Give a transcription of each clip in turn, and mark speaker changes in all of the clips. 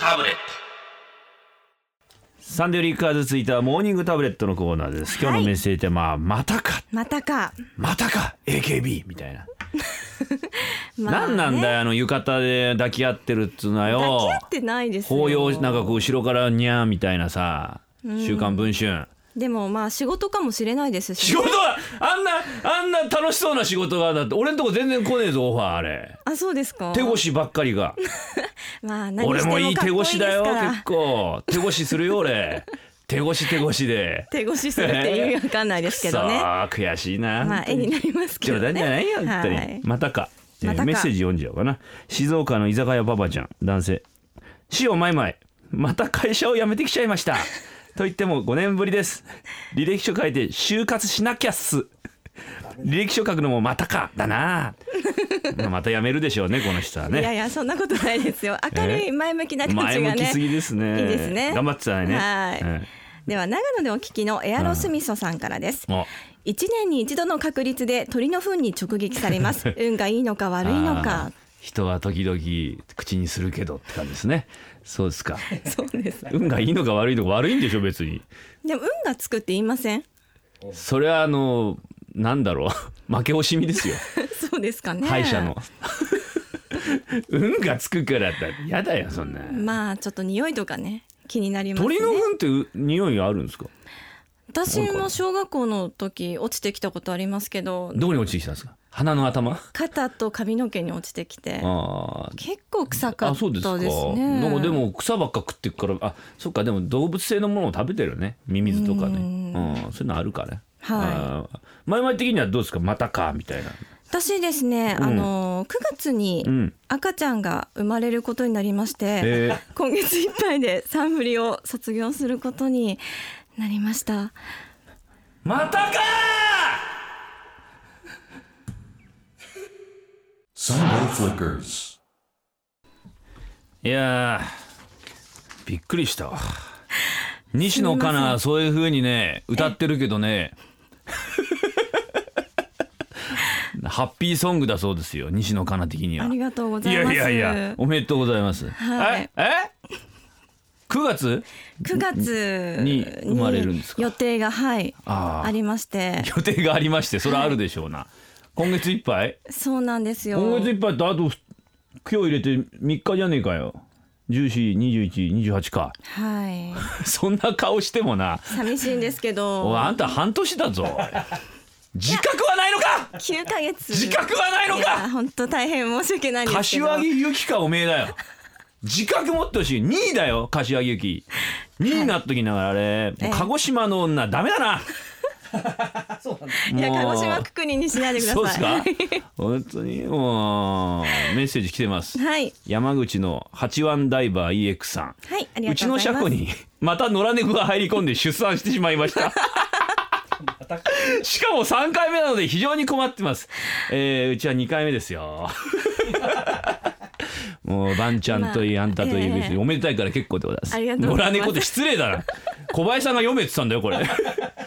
Speaker 1: タブレット
Speaker 2: サンデーリッカーズツイーターモーニングタブレットのコーナーです。今日のメッセージテーマはまたか、
Speaker 3: またか。
Speaker 2: またか、AKB みたいな。
Speaker 3: ま
Speaker 2: なん
Speaker 3: あね
Speaker 2: なんだよ、あの浴衣で抱き合ってるっつうのはよ
Speaker 3: 抱き合。ってないですよ
Speaker 2: 抱擁、なんかこう後ろからにゃーみたいなさ、週刊文春。
Speaker 3: でもまあ仕事かもしれないですし
Speaker 2: 仕事は、あんな、あんな楽しそうな仕事がだって、俺んとこ全然来ねえぞ、オファーあれ。
Speaker 3: あそうですか
Speaker 2: 手越しばっかりが。
Speaker 3: ま あ何
Speaker 2: 俺
Speaker 3: しても
Speaker 2: もいい
Speaker 3: かっ
Speaker 2: 手
Speaker 3: こい
Speaker 2: 越
Speaker 3: いです
Speaker 2: し
Speaker 3: か
Speaker 2: だよ、
Speaker 3: ら
Speaker 2: 結構。手越しするよ、俺。手越し手越しで。
Speaker 3: 手越しするって意味わかんないですけ どね
Speaker 2: さあ悔しいな。
Speaker 3: まあ絵になりますけど
Speaker 2: 冗
Speaker 3: ね
Speaker 2: 談じゃないよ、本当に
Speaker 3: はい
Speaker 2: またか,、えー
Speaker 3: またか
Speaker 2: メッセージ読んじゃおうかな静岡の居酒屋ばばちゃん男性「師匠まいまいまた会社を辞めてきちゃいま した」と言っても5年ぶりです履歴書書いて就活しなきゃっす履歴書書くのもまたかだ なまあまた辞めるでしょうねこの人はい
Speaker 3: や
Speaker 2: ね
Speaker 3: いやそんなことないですよ明るい前向きな感
Speaker 2: 前
Speaker 3: じが
Speaker 2: 向き
Speaker 3: ね
Speaker 2: すぎですね
Speaker 3: いいですね
Speaker 2: 頑張ってたらね
Speaker 3: はいでは長野でお聞きのエアロスミソさんからです
Speaker 2: うんお
Speaker 3: 一年に一度の確率で鳥の糞に直撃されます 運がいいのか悪いの
Speaker 2: あー
Speaker 3: か
Speaker 2: 人は時々口にするけどって感じですねそうですか
Speaker 3: そうです
Speaker 2: 運がいいのか悪いのか悪いんでしょ別に
Speaker 3: でも運がつくって言いません
Speaker 2: それはあのなんだろう 負け惜しみですよ
Speaker 3: そうですかね
Speaker 2: 敗者の 運がつくからだってやだよそんな、
Speaker 3: まあちょっと匂いとかね気になりますね
Speaker 2: 鳥の糞ってう匂いがあるんですか
Speaker 3: 私も小学校の時落ちてきたことありますけど
Speaker 2: どこに落ちてきたんですか鼻の頭
Speaker 3: 肩と髪の毛に落ちてきて
Speaker 2: あー
Speaker 3: 結構臭か
Speaker 2: あ
Speaker 3: っ
Speaker 2: そうですか
Speaker 3: たですね
Speaker 2: なんかでも草ばっか食ってくからあそっかでも動物性のものを食べてるよねミミズとかねうんそういうのあるからね
Speaker 3: はい
Speaker 2: い前々的にはどうですかまたかみたいな
Speaker 3: 私ですね、
Speaker 2: ん
Speaker 3: あの9月に
Speaker 2: うん
Speaker 3: 赤ちゃんが生まれることになりまして、
Speaker 2: え
Speaker 3: 今月いっぱいでサンフリを卒業することになりました
Speaker 2: またか
Speaker 1: Sunday Flickers
Speaker 2: いやーびっくりしたわ西野カナそういう風にね歌ってるけどねハッピーソングだそうですよ西野カナ的には
Speaker 3: ありがとうござ
Speaker 2: い
Speaker 3: い
Speaker 2: や
Speaker 3: ます
Speaker 2: いやいやおめでとうございます、
Speaker 3: はい
Speaker 2: ええ9月
Speaker 3: 9月
Speaker 2: に生まれるんですか
Speaker 3: に予定がはい
Speaker 2: あ
Speaker 3: あ
Speaker 2: ー
Speaker 3: りまして
Speaker 2: 予定がありましてそれはあるでしょうな、今月いっぱい
Speaker 3: そうなんですよ
Speaker 2: 今月いっぱいってあと今日入れて3日じゃねえかよ142128か
Speaker 3: はい
Speaker 2: そんな顔してもな
Speaker 3: 寂しいんですけ
Speaker 2: おい
Speaker 3: ど
Speaker 2: あんた半年だぞ自覚はないのか
Speaker 3: 9ヶ月
Speaker 2: 自覚はないの
Speaker 3: い
Speaker 2: か
Speaker 3: や本当大変申し訳ないんですけど
Speaker 2: 柏木由紀かおめえだよ自覚持ってほしい2位だよ柏木由紀2位になっときながらあれ、
Speaker 3: ええ
Speaker 2: 鹿児島の女ダメだな
Speaker 3: いや
Speaker 2: もう
Speaker 3: 鹿児島くくりにしないでください
Speaker 2: そうですか本当にもうメッセージ来てます
Speaker 3: はい
Speaker 2: 山口の八腕ダイバー EX さん
Speaker 3: はいあり
Speaker 2: う
Speaker 3: がと
Speaker 2: ち
Speaker 3: うご
Speaker 2: の
Speaker 3: ざ
Speaker 2: 車
Speaker 3: います
Speaker 2: 庫にまた野良猫が入り込んで出産してしまいましたしかも3回目なので非常に困ってます、えーうちは2回目です よもうバンちゃんといい、
Speaker 3: まあ
Speaker 2: あんたといい別に
Speaker 3: ええ
Speaker 2: おめでたいから結構でございます
Speaker 3: ありがとうございます
Speaker 2: 野良猫って失礼だな小林さんが読めてたんだよこれ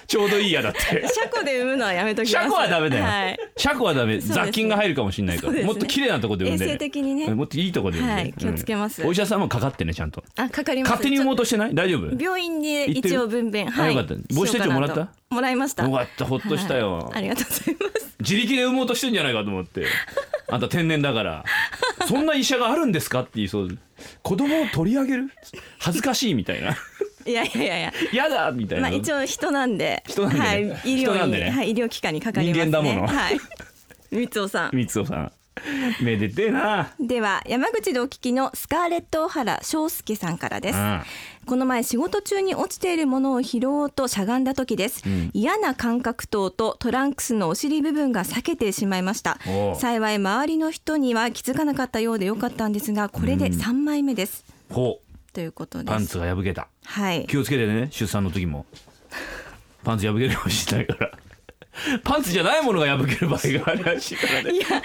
Speaker 2: ちょうどいいやだって
Speaker 3: 車庫で産むのはやめときます
Speaker 2: 車庫はダメだよ、
Speaker 3: はい
Speaker 2: 車庫はダメ、
Speaker 3: そうですね
Speaker 2: 雑菌が入るかもしれないか
Speaker 3: そう
Speaker 2: ら、
Speaker 3: です
Speaker 2: も
Speaker 3: ね
Speaker 2: っと綺麗なとこで産んで、
Speaker 3: 衛生的にね
Speaker 2: もっといいとこで産んで、
Speaker 3: はい気をつけます
Speaker 2: うんお医者さんもかかってねちゃんと
Speaker 3: あかかります
Speaker 2: 勝手に産もうとしてない大丈夫
Speaker 3: 病院で
Speaker 2: 行ってる
Speaker 3: 一応分娩
Speaker 2: あ
Speaker 3: はい
Speaker 2: よかった母子手帳もらった
Speaker 3: しようかなともらいました
Speaker 2: よかったほっとしたよ
Speaker 3: はいありがとうございます
Speaker 2: 自力で産もうとしてんじゃないかと思ってあんた天然だ からそんな医者があるんですかって言いそう子供を取り上げる恥ずかしいみたいない
Speaker 3: やいやいやいや
Speaker 2: 嫌だみたい
Speaker 3: ま
Speaker 2: な、
Speaker 3: あ一応人なんで
Speaker 2: 人なんでね
Speaker 3: はい、医
Speaker 2: 人な
Speaker 3: 療
Speaker 2: ん
Speaker 3: に、
Speaker 2: でね
Speaker 3: はい、医療機関にかかります、ね、
Speaker 2: 人間だもの
Speaker 3: はい三尾さん
Speaker 2: 三尾さんめでてえな
Speaker 3: では山口でお聞きのスカーレット小原翔介さんからです、
Speaker 2: うん
Speaker 3: この前仕事中に落ちているものを拾おうとしゃがんだ時です、嫌な感覚頭とトランクスのお尻部分が裂けてしまいました
Speaker 2: おう
Speaker 3: 幸い周りの人には気づかなかったようでよかったんですがこれで3枚目です、
Speaker 2: ほう
Speaker 3: ということで
Speaker 2: パン
Speaker 3: す
Speaker 2: ツが破けた
Speaker 3: はい
Speaker 2: 気をつけてね出産の時もパンツ破けるかもしれないからパンツじゃないものが破ける場合があるらしいからね
Speaker 3: いやそう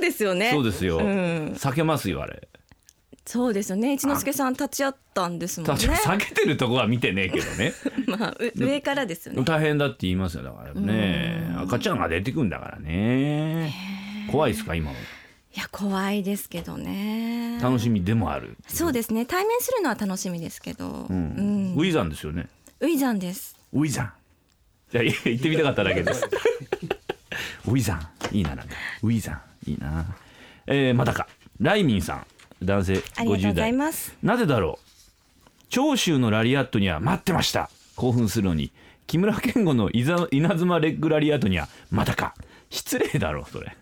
Speaker 3: ですよね
Speaker 2: そうですよ、
Speaker 3: ん
Speaker 2: 避けますよあれ
Speaker 3: そうですよね一之輔さん立ち会ったんですもんね
Speaker 2: 確かに避けてるとこは見てねえけどね
Speaker 3: まあう上からですよね
Speaker 2: 大変だって言いますよだからね赤ちゃんが出てくんだからね怖いですか今はい
Speaker 3: や怖いですけどねね
Speaker 2: 楽しみでもある、
Speaker 3: そうですね対面するのは楽しみですけど、う
Speaker 2: うん
Speaker 3: ん
Speaker 2: ウィザンですよね
Speaker 3: ウィザンです
Speaker 2: ウィザンじゃあい 言ってみたかっただけです ウィザンいいななんかウィザンいいなえー、またかライミンさん男性
Speaker 3: ありがとう
Speaker 2: 50
Speaker 3: ござい
Speaker 2: 代
Speaker 3: ます
Speaker 2: なぜだろう長州のラリアットには待ってました興奮するのに木村健吾のいざ稲妻レッグラリアットにはまたか失礼だろそ れ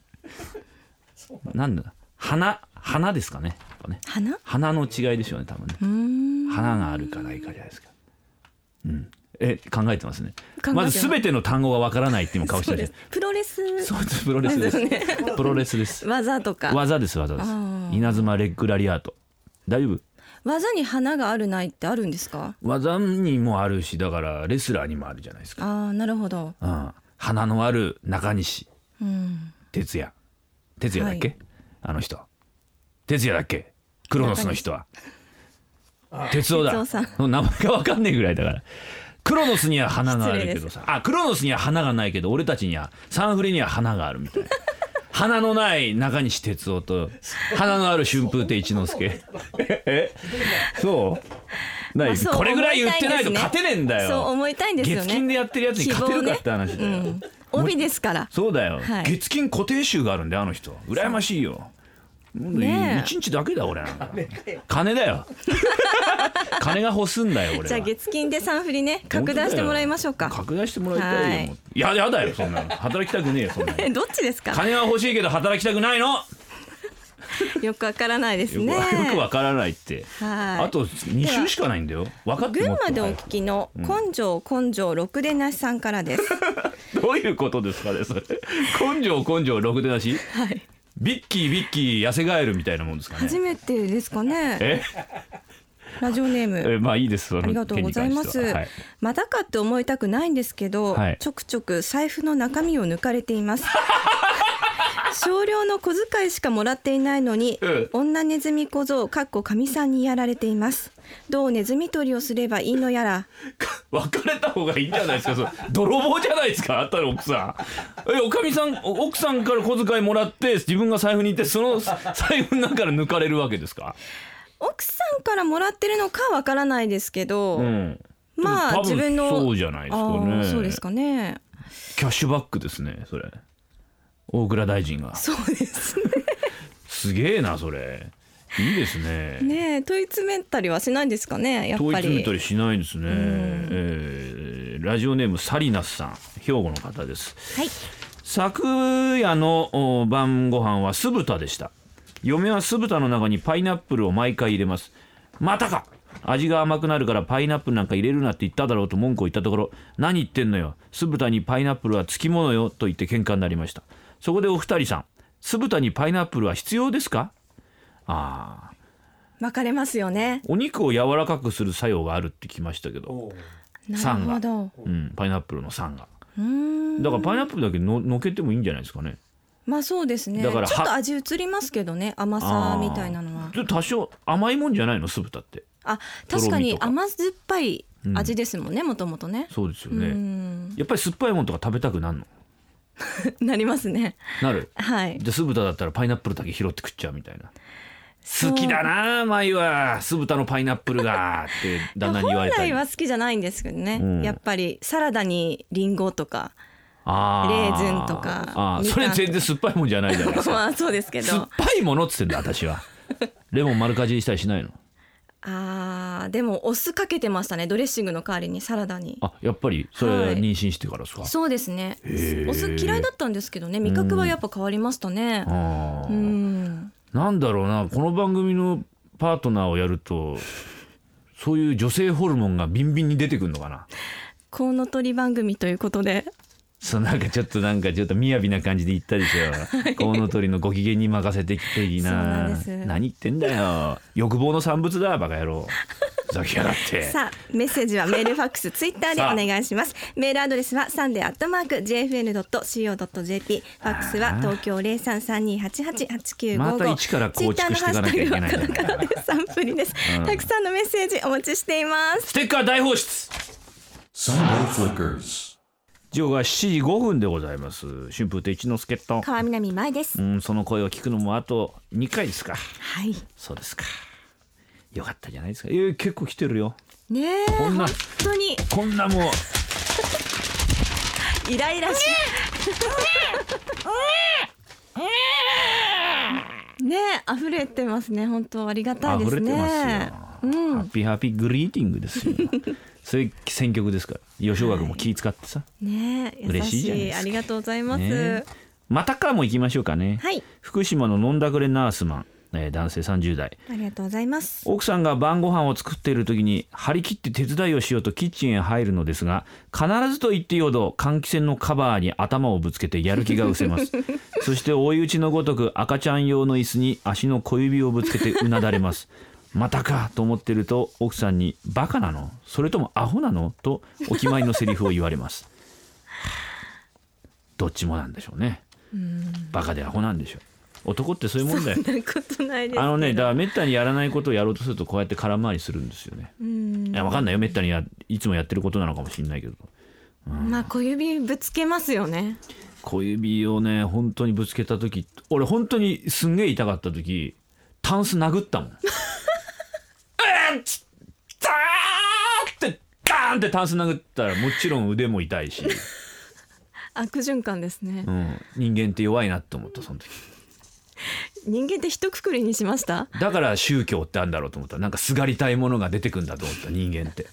Speaker 2: なんだ花花ですかねやっぱね
Speaker 3: 花
Speaker 2: 花の違いでしょうね多分ね
Speaker 3: うーん
Speaker 2: 花があるかないかじゃないですか。うん、え考えてますね
Speaker 3: 考えてます
Speaker 2: まず全ての単語がわからないって今顔し
Speaker 3: そ
Speaker 2: て
Speaker 3: う
Speaker 2: る
Speaker 3: ですプロレス
Speaker 2: そうですプロレスです、プロレスです
Speaker 3: 技とか
Speaker 2: 技です技です
Speaker 3: あー
Speaker 2: 稲妻レッグラリアート大丈夫
Speaker 3: 技に花があるないってあるんですか
Speaker 2: 技にもあるしだからレスラーにもあるじゃないですか、
Speaker 3: あーなるほど、
Speaker 2: うん、花のある中西
Speaker 3: うん、
Speaker 2: 哲也哲也だっけ、
Speaker 3: は
Speaker 2: あの人哲也だっけクロノスの人は哲夫だ
Speaker 3: 哲夫さん
Speaker 2: その名前が分かんねえぐらいだからクロノスには花があるけどさあクロノスには花がないけど俺たちにはサンフレには花があるみたいな花のない中西哲夫と花のある春風亭一之輔 えそうない、
Speaker 3: まあそう
Speaker 2: これぐらい言ってないと
Speaker 3: 思いたい
Speaker 2: 勝
Speaker 3: で
Speaker 2: て
Speaker 3: すね
Speaker 2: ねえんだよ
Speaker 3: そう思いたいんですよね
Speaker 2: 月金でやってるやつに勝てるかって話だよ、
Speaker 3: うん、帯ですから
Speaker 2: そうだよ、
Speaker 3: はい
Speaker 2: 月金固定集があるんであの人羨ましいよなんだ
Speaker 3: ねえ
Speaker 2: 一日だけだ俺なんか金だよ 金が欲すんだよ俺は
Speaker 3: じゃあ月金でサンフリね拡大してもらいましょうか
Speaker 2: 拡大してもらいたいよ、
Speaker 3: はい
Speaker 2: もういややだよそんなの働きたくねえよそんなの
Speaker 3: えどっちですか
Speaker 2: 金は欲しいけど働きたくないのよ
Speaker 3: よくわからないです
Speaker 2: く,、
Speaker 3: ね
Speaker 2: よくわからないって、
Speaker 3: はい
Speaker 2: あと2週しかないんだよ分かって
Speaker 3: 群
Speaker 2: もっと
Speaker 3: 馬でお
Speaker 2: 早く
Speaker 3: 聞きの根性根性ろくでなしさんからです
Speaker 2: どういうことですかねそれ根性根性ろくでなし
Speaker 3: はい
Speaker 2: ビッキービッキー痩せガエルみたいなもんですかね
Speaker 3: 初めてですかね
Speaker 2: え
Speaker 3: ラジオネーム
Speaker 2: えまあいいですその
Speaker 3: ありがとうございます、
Speaker 2: 件に関してははい
Speaker 3: またかって思いたくないんですけど、
Speaker 2: はい
Speaker 3: ちょくちょく財布の中身を抜かれて います少量の小遣いしかもらっていないのに、
Speaker 2: うん
Speaker 3: 女ネズミ小僧かっこかみさんにやられていますどうネズミ取りをすればいいのやら
Speaker 2: 別れた方がいいんじゃないですかそれ泥棒じゃないですかあったの奥さんえおかみさんお奥さんから小遣いもらって自分が財布に行 ってその財布の中から抜かれるわけですか
Speaker 3: 奥さんからもらってるのかわからないですけど、
Speaker 2: うん
Speaker 3: まあ
Speaker 2: 多分
Speaker 3: 自分の
Speaker 2: そうじゃないですかね
Speaker 3: あーそうですかね
Speaker 2: キャッシュバックですねそれ大倉大臣が
Speaker 3: そうですね
Speaker 2: すげえなそれいいですね
Speaker 3: ねえ 問い詰めたりはしないんですかねやっ
Speaker 2: 統一
Speaker 3: ぱ
Speaker 2: 詰めた
Speaker 3: り
Speaker 2: りしないんですね、えーラジオネームサリナスさん兵庫の方です
Speaker 3: はい
Speaker 2: 昨夜のお晩ご飯は酢豚でした嫁は酢豚の中にパイナップルを毎回入れますまたか味が甘くなるからパイナップルなんか入れるなって言っただろうと文句を言ったところ何言ってんのよ酢豚にパイナップルはつきものよと言って喧嘩になりましたそこでお二人さん酢豚にパイナップルは必要ですかああ
Speaker 3: 分かれますよね
Speaker 2: お肉を柔らかくする作用があるってきましたけど、
Speaker 3: なる
Speaker 2: 酸が
Speaker 3: ほど
Speaker 2: うん、パイナップルの酸が
Speaker 3: うーん
Speaker 2: だからパイナップルだけののけてもいいんじゃないですかね
Speaker 3: まあそうですね。
Speaker 2: だから
Speaker 3: ちょっと
Speaker 2: は
Speaker 3: 味移りますけどね、甘さみたいなのは
Speaker 2: ち。ょっと多少甘いもんじゃないの酢豚って
Speaker 3: あ、確か
Speaker 2: とろみと
Speaker 3: に
Speaker 2: か
Speaker 3: 甘酸っぱい味ですもんね、もともとね。
Speaker 2: そうですよ
Speaker 3: う
Speaker 2: ね、
Speaker 3: ん、
Speaker 2: やっぱり酸っぱいもんとか食べたくなんの
Speaker 3: なりますね。
Speaker 2: なる
Speaker 3: はい。
Speaker 2: じゃあ酢豚だったらパイナップルだけ拾って食っちゃうみたいな
Speaker 3: そう
Speaker 2: 好きだなまいは酢豚のパイナップルがって旦那に言われ
Speaker 3: 本
Speaker 2: たり
Speaker 3: 来は好きじゃないんですけどね、
Speaker 2: うん
Speaker 3: やっぱりサラダにリンゴと か
Speaker 2: あ
Speaker 3: レーズンとか
Speaker 2: あー
Speaker 3: み
Speaker 2: そ
Speaker 3: かん
Speaker 2: れ
Speaker 3: とか
Speaker 2: 全然酸っぱいもんじゃないじゃないです
Speaker 3: ま
Speaker 2: か
Speaker 3: あそうですけ
Speaker 2: 酸っ
Speaker 3: ど
Speaker 2: ぱいものっつってんだ私 はレモン丸かじりしたりしないの
Speaker 3: あーでもお酢かけてましたねドレッシングの代わりにサラダに
Speaker 2: あやっぱりそれは
Speaker 3: はい
Speaker 2: 妊娠してからですか、
Speaker 3: そうですね
Speaker 2: へー
Speaker 3: お酢嫌いだったんですけどね味覚はやっぱ変わりましたね
Speaker 2: ああ
Speaker 3: う、ん
Speaker 2: なんだろうなこの番組のパートナーをやるとそういう女性ホルモンがビンビンに出てくるのかな
Speaker 3: コウノトリ番組ということで
Speaker 2: そうなんかちょっとなんかちょっと雅な感じで言ったでしょコウノトリのご機嫌に任せてきていい
Speaker 3: そう
Speaker 2: な
Speaker 3: なんです
Speaker 2: 何言ってんだよ欲望の産物だバカ野郎ふざけやがっ て
Speaker 3: さあメッセージはメールファックスツイッターで
Speaker 2: さあ
Speaker 3: お願いしますメールアドレスはサンデーアットマーク JFN.CO.JP ファックスは東京0332888955
Speaker 2: また一から構築していかなきゃいけないん
Speaker 3: ツ
Speaker 2: だ
Speaker 3: イ
Speaker 2: ね
Speaker 3: ッターのハッシュタグはカタカナでサンプリです、たくさんのメッセージお待ちしています
Speaker 2: ステッカー大放出
Speaker 1: Sunday Flickers.
Speaker 2: 時刻は7時5分でございます春風亭一之輔と
Speaker 3: 川南舞です、
Speaker 2: うんその声を聞くのもあと2回ですか
Speaker 3: はい
Speaker 2: そうですかよかったじゃないですかえー、結構来てるよ
Speaker 3: ねえ
Speaker 2: こんな
Speaker 3: 本当に
Speaker 2: こんなもう
Speaker 3: イライラしねえ溢れてますね本当ありがたいで
Speaker 2: 溢
Speaker 3: す
Speaker 2: れて
Speaker 3: ね
Speaker 2: ますよ、ハッピーハッピーグリーティングですよ そういう選曲ですから吉岡君も気使ってさ、
Speaker 3: ねえ優
Speaker 2: 嬉しいじゃない
Speaker 3: し
Speaker 2: で
Speaker 3: い
Speaker 2: すか
Speaker 3: ありがとうございます、
Speaker 2: ねまたかも行きましょうかね、
Speaker 3: はい
Speaker 2: 福島の飲んだくれナースマン、えー男性30代
Speaker 3: ありがとうございます
Speaker 2: 奥さんが晩ご飯を作っている時に張り切って手伝いをしようとキッチンへ入るのですが必ずと言っていいほど換気扇のカバーに頭をぶつけてやる気が失せますそして追い打ちのごとく赤ちゃん用の椅子に足の小指をぶつけてうなだれますまたかと思ってると奥さんに「バカなのそれともアホなの?」とお決まりのセリフを言われますどっちもなんでしょうねバカでアホなんでしょう男ってそういうもんだよ
Speaker 3: そんなことないです
Speaker 2: あのねだからめったにやらないことをやろうとするとこうやって空回りするんですよね。
Speaker 3: うん
Speaker 2: いやわかんないよめったにやいつもやってることなのかもしれないけど
Speaker 3: まあ小指ぶつけますよね
Speaker 2: 小指をね本当にぶつけた時俺本当にすんげえ痛かった時タンス殴った もん。うっつダーンってダーンってタンス殴ったらもちろん腕も痛いし、
Speaker 3: 悪循環ですね、
Speaker 2: うん、人間って弱いなって思ったその時
Speaker 3: 人間って一括りにしました
Speaker 2: だから宗教ってあるんだろうと思ったなんかすがりたいものが出てくんだと思った人間って。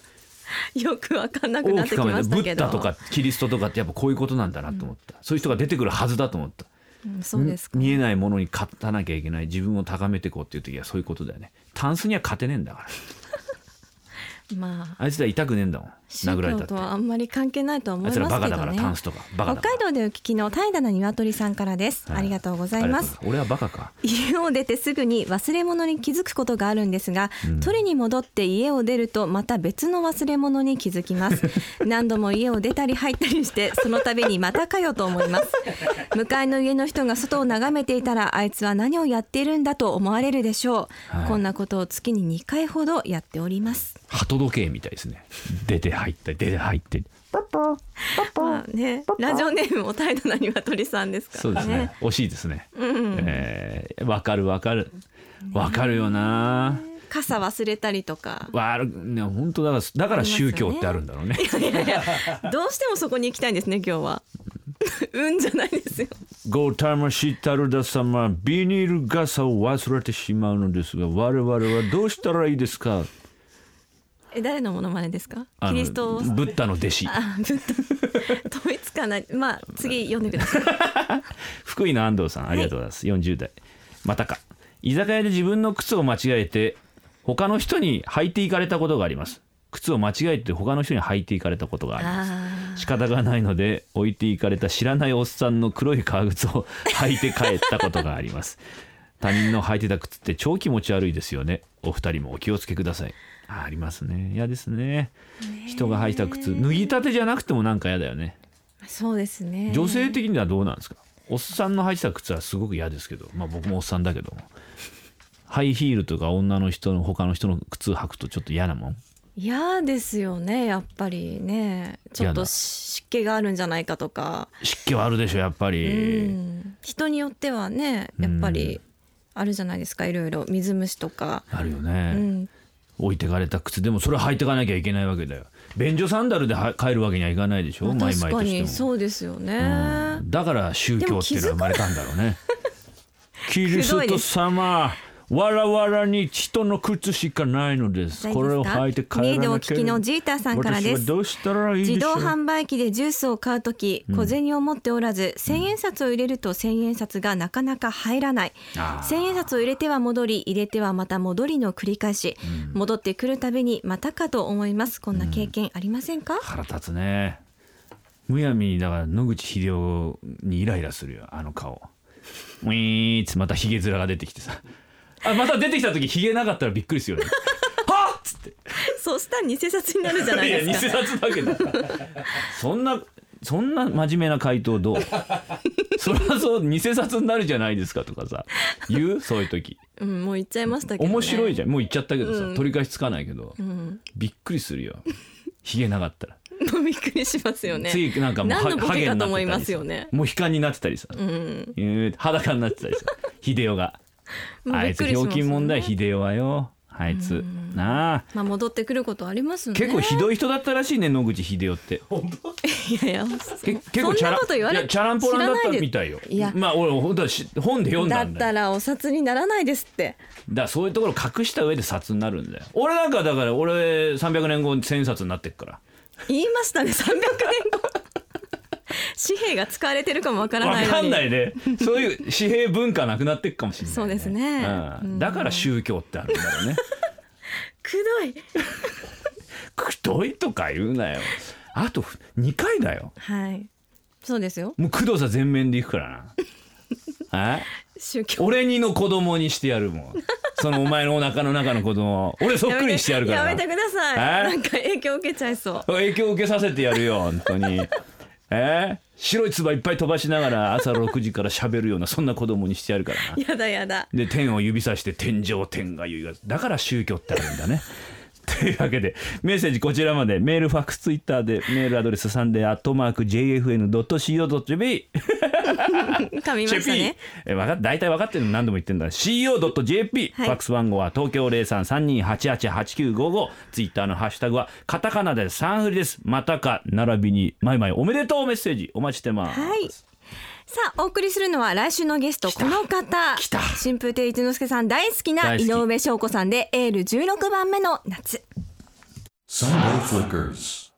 Speaker 3: よくわかんなくな
Speaker 2: 大
Speaker 3: っ
Speaker 2: き
Speaker 3: て
Speaker 2: く
Speaker 3: き
Speaker 2: 考え
Speaker 3: ま
Speaker 2: た
Speaker 3: し
Speaker 2: ブ
Speaker 3: た
Speaker 2: ッ
Speaker 3: けど
Speaker 2: ダとかキリストとかってやっぱこういうことなんだなと思った、そういう人が出てくるはずだと思った
Speaker 3: うんそうですか
Speaker 2: み見えないものに勝たなきゃいけない自分を高めていこうっていう時はそういうことだよねタンスには勝てねえんだ から
Speaker 3: まあ
Speaker 2: あいつら痛くねえんだもん
Speaker 3: 宗
Speaker 2: 殴られた
Speaker 3: 教
Speaker 2: って
Speaker 3: とはあんまり関係ないとは思
Speaker 2: あい
Speaker 3: い
Speaker 2: つら
Speaker 3: ま
Speaker 2: バカ
Speaker 3: すけ
Speaker 2: だか
Speaker 3: ど
Speaker 2: ら
Speaker 3: ね
Speaker 2: タンスとかバカ
Speaker 3: 北
Speaker 2: だから
Speaker 3: 海道でお聞きの平田の鶏さんからです、
Speaker 2: はい
Speaker 3: ありがとうござい
Speaker 2: ありが
Speaker 3: ます
Speaker 2: とうございます俺はバカか
Speaker 3: 家を出てすぐに忘れ物に気づくことがあるんですが、取りに戻って家を出るとまた別の忘れ物に気づきます 何度も家を出たり入ったりしてその度にまたかよと思います向かいの家の人が外を眺めていたらあいつは何をやっているんだと思われるでしょう、
Speaker 2: はい
Speaker 3: こんなことを月に2回ほどやっております
Speaker 2: 鳩時計みたいですね出て入ったり出て入って
Speaker 3: まあね、ラジオネームも態度なにわ鳥さんですから
Speaker 2: そうですね惜しいですねわ、えーわかるわかるわかるよな、
Speaker 3: 傘忘れたりとか
Speaker 2: わるね本当だからだから宗教ってあるんだろうね。
Speaker 3: どうしてもそこに行きたいんですね今日は 運じゃないですよ
Speaker 2: ゴータマシタルダ様ビニール傘を忘れてしまうのですが我々はどうしたらいいですか。
Speaker 3: え誰のモノマネですか
Speaker 2: あ
Speaker 3: キ
Speaker 2: の
Speaker 3: リストを
Speaker 2: ブッダの弟子
Speaker 3: あぶっと統一かなまあ次読んでく ださい
Speaker 2: 福井の安藤さんありがとうございます。40代またか居酒屋で自分の靴を間違えて他の人に履いていかれたことがあります。靴を間違えて他の人に履いていかれたことがあります。
Speaker 3: あ
Speaker 2: 仕方がないので置いていかれた知らないおっさんの黒い革靴を履いて帰ったことがあります 他人の履いてた靴って超気持ち悪いですよねお二人もお気をつけくださいあありますね嫌ですね人が履いた靴脱ぎたてじゃなくてもなんか嫌だよね
Speaker 3: ーそうですね
Speaker 2: 女性的にはどうなんですかおっさんの履いてた靴はすごく嫌ですけどまあ僕もおっさんだけどもハイヒールとか女の人の他の人の靴履くとちょっと嫌なもん
Speaker 3: 嫌ですよねやっぱりねちょっ
Speaker 2: 嫌だ
Speaker 3: と湿気があるんじゃないかとか、
Speaker 2: 湿気はあるでしょやっぱ
Speaker 3: う
Speaker 2: り
Speaker 3: ん人によってはねやっぱりあるじゃないですかいろいろ水虫とか、
Speaker 2: あるよね、
Speaker 3: うん、
Speaker 2: 置いてかれた靴でもそれ履いてかなきゃいけないわけだよ便所サンダルでは帰るわけにはいかないでしょ毎
Speaker 3: 確
Speaker 2: 々と
Speaker 3: か
Speaker 2: して
Speaker 3: に
Speaker 2: も
Speaker 3: そうですよね、
Speaker 2: うんだから宗教っていうのは生まれたんだろうねキリスト様わらわらに人の靴しかないのです
Speaker 3: 大丈
Speaker 2: こ
Speaker 3: 夫
Speaker 2: れを
Speaker 3: ですか
Speaker 2: 履いて帰ら
Speaker 3: メイドを
Speaker 2: な
Speaker 3: お
Speaker 2: き
Speaker 3: 聞
Speaker 2: ゃ
Speaker 3: きのジーターさんからです
Speaker 2: 私はどうしたらいいでしょう
Speaker 3: 自動販売機でジュースを買うとき小銭を持っておらず、千円札を入れると千円札がなかなか入らない
Speaker 2: あー
Speaker 3: 千円札を入れては戻り入れてはまた戻りの繰り返し、戻ってくるたびにまたかと思いますこんな経験ありませんか、
Speaker 2: 腹立つねむやみにだから野口英世にイライラするよあの顔ウィーンってまたヒゲ面が出てきてさあまた出てきた時ヒゲなかったらびっくりするよね はっつって
Speaker 3: そうしたら偽札になるじゃない
Speaker 2: や
Speaker 3: で
Speaker 2: 偽
Speaker 3: すか
Speaker 2: 札だけどそんなそんな真面目な回答どう そりゃそう偽札になるじゃないですかとかさ言うそういう時
Speaker 3: うんもう言っちゃいましたけど、ね、
Speaker 2: 面白いじゃんもう言っちゃったけどさ、
Speaker 3: うん
Speaker 2: 取り返しつかないけど、
Speaker 3: うん
Speaker 2: びっくりするよヒゲなかったら
Speaker 3: もうびっくりしますよね。
Speaker 2: 次なんかもう
Speaker 3: 何のボ
Speaker 2: ハ
Speaker 3: ケ
Speaker 2: ゲ
Speaker 3: か
Speaker 2: にな
Speaker 3: と
Speaker 2: っ
Speaker 3: 思い
Speaker 2: てた
Speaker 3: ま
Speaker 2: り
Speaker 3: す
Speaker 2: さ
Speaker 3: よね。
Speaker 2: もう悲観になってたりさ、
Speaker 3: うん、
Speaker 2: うん裸になってたりさ秀夫が
Speaker 3: もう
Speaker 2: あ
Speaker 3: びっ
Speaker 2: い
Speaker 3: く
Speaker 2: つ
Speaker 3: りしますよ
Speaker 2: 表
Speaker 3: ね
Speaker 2: 金問題秀夫はよあいつなあ
Speaker 3: まあ戻ってくることありますね。
Speaker 2: 結構ひどい人だったらしいね野口秀夫って
Speaker 3: いやいや、
Speaker 2: け結構チャ
Speaker 3: そんなこと言わ
Speaker 2: ラい
Speaker 3: れ
Speaker 2: やチャランポランだったみたいよ
Speaker 3: いや
Speaker 2: まあ俺本当はし本で読ん
Speaker 3: だ
Speaker 2: だ
Speaker 3: っ
Speaker 2: んだ
Speaker 3: た
Speaker 2: よ
Speaker 3: らお札にならないですって。
Speaker 2: だからそういうところ隠した上で札になるんだよ俺なんかだから俺300年後に1000冊になってっから
Speaker 3: 言いましたね300年後紙幣が使われてるかもわからないの
Speaker 2: わ
Speaker 3: に
Speaker 2: かんないねそういう紙幣文化なくなっていくかもしれない、
Speaker 3: そうですね
Speaker 2: う
Speaker 3: うん
Speaker 2: ん、だから宗教ってあるんだろうね
Speaker 3: くどい
Speaker 2: くどいとか言うなよあと2回だよ
Speaker 3: はいそうですよ
Speaker 2: もう工藤さん全面でいくからな え
Speaker 3: 宗教
Speaker 2: 俺にの子供にしてやるもんそのお前のお腹の中の子供を俺そっくりにしてやるからな
Speaker 3: やめてください
Speaker 2: え
Speaker 3: なんか影響受けちゃいそう
Speaker 2: 影響受けさせてやるよ本当にえー白い唾いっぱい飛ばしながら朝6時から喋るようなそんな子供にしてやるからな
Speaker 3: やだやだ
Speaker 2: で天を指さして天上天が言うがだから宗教ってあるんだね というわけでメッセージこちらまでメールファックスツイッターでメールアドレスサンデーアットマーク JFN.CO.JP
Speaker 3: 噛みましたね
Speaker 2: えわかっ大体分かってるの何度も言ってんだ CO.JP、
Speaker 3: はい
Speaker 2: ファックス番号は東京0332888955ツイッターのハッシュタグはカタカナでサンフリですまたか並びにマイマイおめでとうメッセージお待ちしてます、
Speaker 3: はいさあお送りするのは来週のゲストこの方
Speaker 2: 来た
Speaker 3: 新風亭一之輔さん大好きな
Speaker 2: 大好
Speaker 3: 井
Speaker 2: き
Speaker 3: 上翔子さんでエール16番目の夏
Speaker 1: Sunday Flickers.